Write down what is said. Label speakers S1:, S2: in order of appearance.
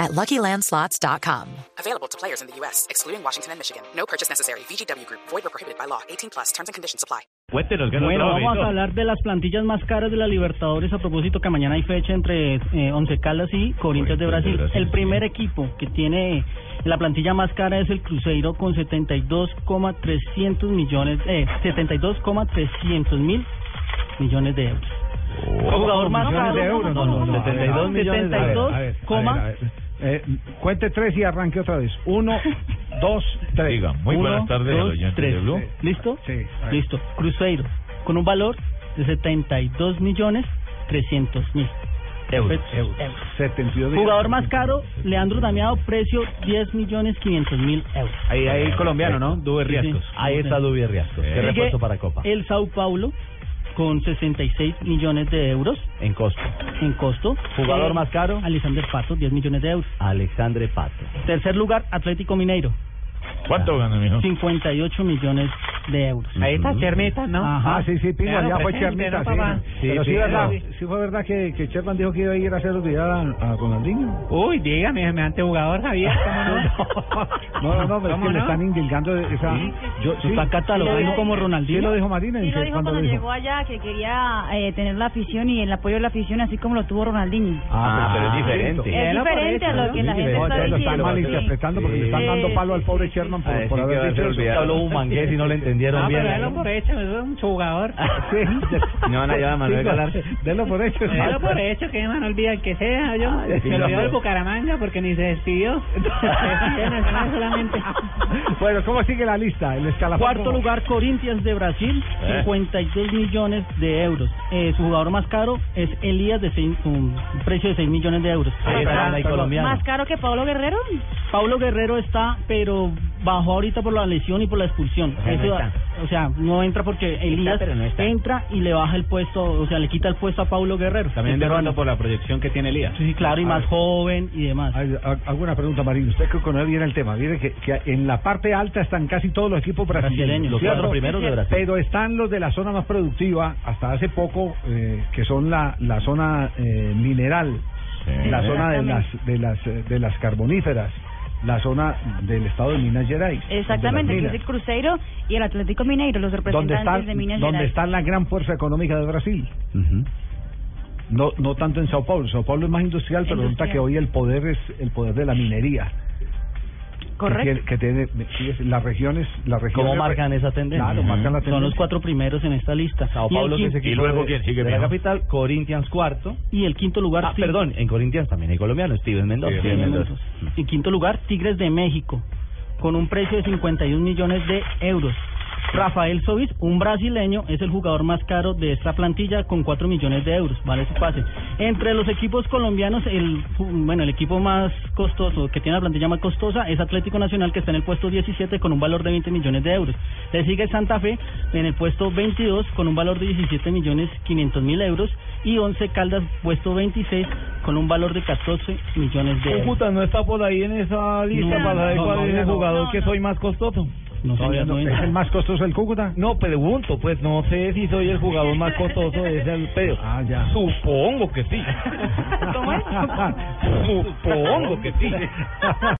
S1: at luckylandslots.com.
S2: Available to players in the U.S., excluding Washington and Michigan. No purchase necessary. VGW Group, void or prohibited by law. 18 plus terms and conditions apply.
S3: Cuéntenos, ¿qué nos
S4: Bueno,
S3: trajo,
S4: vamos
S3: Benito?
S4: a hablar de las plantillas más caras de la Libertadores a propósito que mañana hay fecha entre eh, Once Caldas y Corinthians de Brasil. El primer equipo que tiene la plantilla más cara es el Cruzeiro con 72,300 millones, eh, 72,300 mil millones de euros. El jugador más
S5: millones
S4: caro
S5: de euros, no, no, no.
S3: 72 millones de euros.
S5: A ver, a ver, a
S4: 72,300
S5: ver. Eh, cuente tres y arranque otra vez. Uno, dos, tres.
S3: Diga, muy
S4: Uno,
S3: buenas tardes al
S4: dos,
S3: oyente
S4: tres.
S3: de Blue.
S4: ¿Listo?
S5: Sí, a ver.
S4: Listo. Cruzeiro, con un valor de 72 millones 300 mil.
S3: Euros.
S5: Euros. 72
S4: Jugador más caro, Leandro Damiado, precio 10 millones 500 mil euros.
S6: Ahí, ahí colombiano, ¿no? Dube
S4: Sí, sí.
S6: Riascos. Ahí está Dube Riascos.
S3: Sí.
S6: Qué repuesto
S4: Sigue
S6: para Copa.
S4: El Sao Paulo, con 66 millones de euros
S6: En costo.
S4: en costo. Eh,
S6: Jugador más caro.
S4: Alexander Pato, 10 millones de euros.
S6: Alexandre Pato.
S4: Tercer lugar, Atlético Mineiro,
S3: ¿Cuánto gana, mijo?
S4: 58 millones de euros.
S3: Ahí está
S6: Chermita, ¿no?
S5: Ah, sí, sí, Pingo,
S6: Claro,
S5: ya fue
S6: presente,
S5: Chermita,
S6: ¿no,
S5: sí.
S6: papá? Sí,
S5: Pero sí,
S6: sí,
S5: verdad,
S6: claro.
S5: sí fue verdad que, que Sherman dijo que iba a ir a hacer olvidar a, a Ronaldinho.
S6: Uy, dígame, semejante jugador, Javier.
S5: No, no, no, pero es que le están indilgando esa... Yo, sí,
S4: Está catalogado
S7: Sí.
S4: como
S5: sí lo
S4: Ronaldinho.
S5: dijo Marina.
S7: Sí,
S5: dice,
S7: lo dijo
S5: ¿cuándo
S7: cuando llegó allá que quería eh, tener la afición y el apoyo de la afición, así como lo tuvo Ronaldinho.
S5: Ah,
S6: pero es
S5: listo.
S6: diferente.
S7: es
S6: Era por
S7: diferente
S6: eso,
S7: a lo
S6: ¿no?
S7: que la
S6: Sí,
S7: gente
S5: No,
S7: está
S5: ya lo están
S7: diciendo. sí.
S5: malinterpretando porque le están
S7: Sí,
S5: dando palo al
S7: sí,
S5: pobre
S7: sí,
S5: Sherman
S7: sí.
S6: Ah,
S5: por, por haber dicho eso.
S6: Habló un mangués y no le entendieron bien.
S4: hecho, es un jugador.
S5: Ah, Sí.
S6: No van a llevar a Manuel
S5: Sí,
S6: Galar.
S5: Denlo por hecho.
S4: hecho, que no olvida el que sea,
S5: Ah,
S4: yo.
S6: Ay, sí, no, no.
S4: Bucaramanga porque ni se despidió. solamente.
S5: Bueno, ¿cómo sigue la lista? El escalafón.
S4: Cuarto
S5: ¿cómo?
S4: lugar, Corinthians de Brasil,
S3: Eh.
S4: 52 millones de euros. Eh, su jugador más caro es Elías, de seis- un precio de 6 millones de euros.
S6: Ahí está, ahí colombiano.
S7: Más caro que Pablo Guerrero.
S4: Pablo Guerrero está, pero bajó ahorita por la lesión y por la expulsión.
S6: sea, no
S4: Eso-
S6: está.
S4: o sea, no entra porque Elías
S6: pero no está.
S4: entra y le baja el puesto, o sea, le quita el puesto a Pablo Guerrero.
S6: También
S4: Entonces,
S6: derrotando por la proyección que tiene Elías.
S4: pues, Sí, claro, y más joven y demás.
S5: Ay, a- Alguna pregunta, Marín. Usted que conoce bien el tema. Mire que, que en la parte alta están casi todos los equipos brasileños.
S4: Brasileños, los
S5: ¿cierto?
S6: cuatro primeros de Brasil.
S5: Pero están los de la zona más productiva, hasta hace poco, eh, que son la, la zona eh, mineral, la zona de las, de, las, eh, de las carboníferas, la zona del estado de Minas Gerais.
S7: Exactamente,
S5: de
S7: que
S5: las
S7: es
S5: minas,
S7: el Cruzeiro y el Atlético Mineiro, los
S5: Donde
S7: representantes
S5: está,
S7: de Minas
S5: donde
S7: Gerais.
S5: está la gran fuerza económica de Brasil. No, no tanto en Sao Paulo. Sao Paulo es más industrial, pero resulta
S7: Industrial.
S5: que hoy el poder es el poder de la minería.
S7: Correcto.
S5: Que tiene, que tiene- fíjese, las regiones, las regiones.
S6: ¿Cómo marcan esa tendencia?
S5: Claro, marcan la
S4: Son
S5: tendencia.
S4: los cuatro primeros en esta lista.
S6: Sao
S4: y, el
S6: Paulo, que
S4: quin-
S6: es equipo
S3: ¿Y luego
S6: de-
S3: quién sigue,
S6: de la
S3: mijo?
S6: capital, Corinthians cuarto.
S4: y el quinto lugar,
S6: Ah,
S4: sí.
S6: perdón, en Corinthians también hay colombiano, Steven Mendoza.
S3: Steven Mendoza.
S4: En quinto lugar, Tigres de México, con un precio de 51 millones de euros. Rafael Sobis, un brasileño, es el jugador más caro de esta plantilla con 4 millones de euros, vale su pase. Entre los equipos colombianos, el ju- bueno, el equipo más costoso, que tiene la plantilla más costosa, es Atlético Nacional, que está en el puesto 17 con un valor de 20 millones de euros. Le sigue Santa Fe en el puesto 22 con un valor de 17 millones 500 mil euros y Once Caldas puesto 26 con un valor de 14 millones de euros.
S6: no está por ahí en esa
S4: lista para saber cuál es el
S6: jugador que soy más costoso.
S4: No,
S5: Todavía
S4: señor,
S5: no.
S4: no
S5: ¿Es
S4: entra.
S5: el más costoso del Cúcuta?
S6: No, pregunto, pues no sé si soy el jugador más costoso de ese pedo.
S5: Ah, ya.
S6: Supongo que sí. Supongo que sí.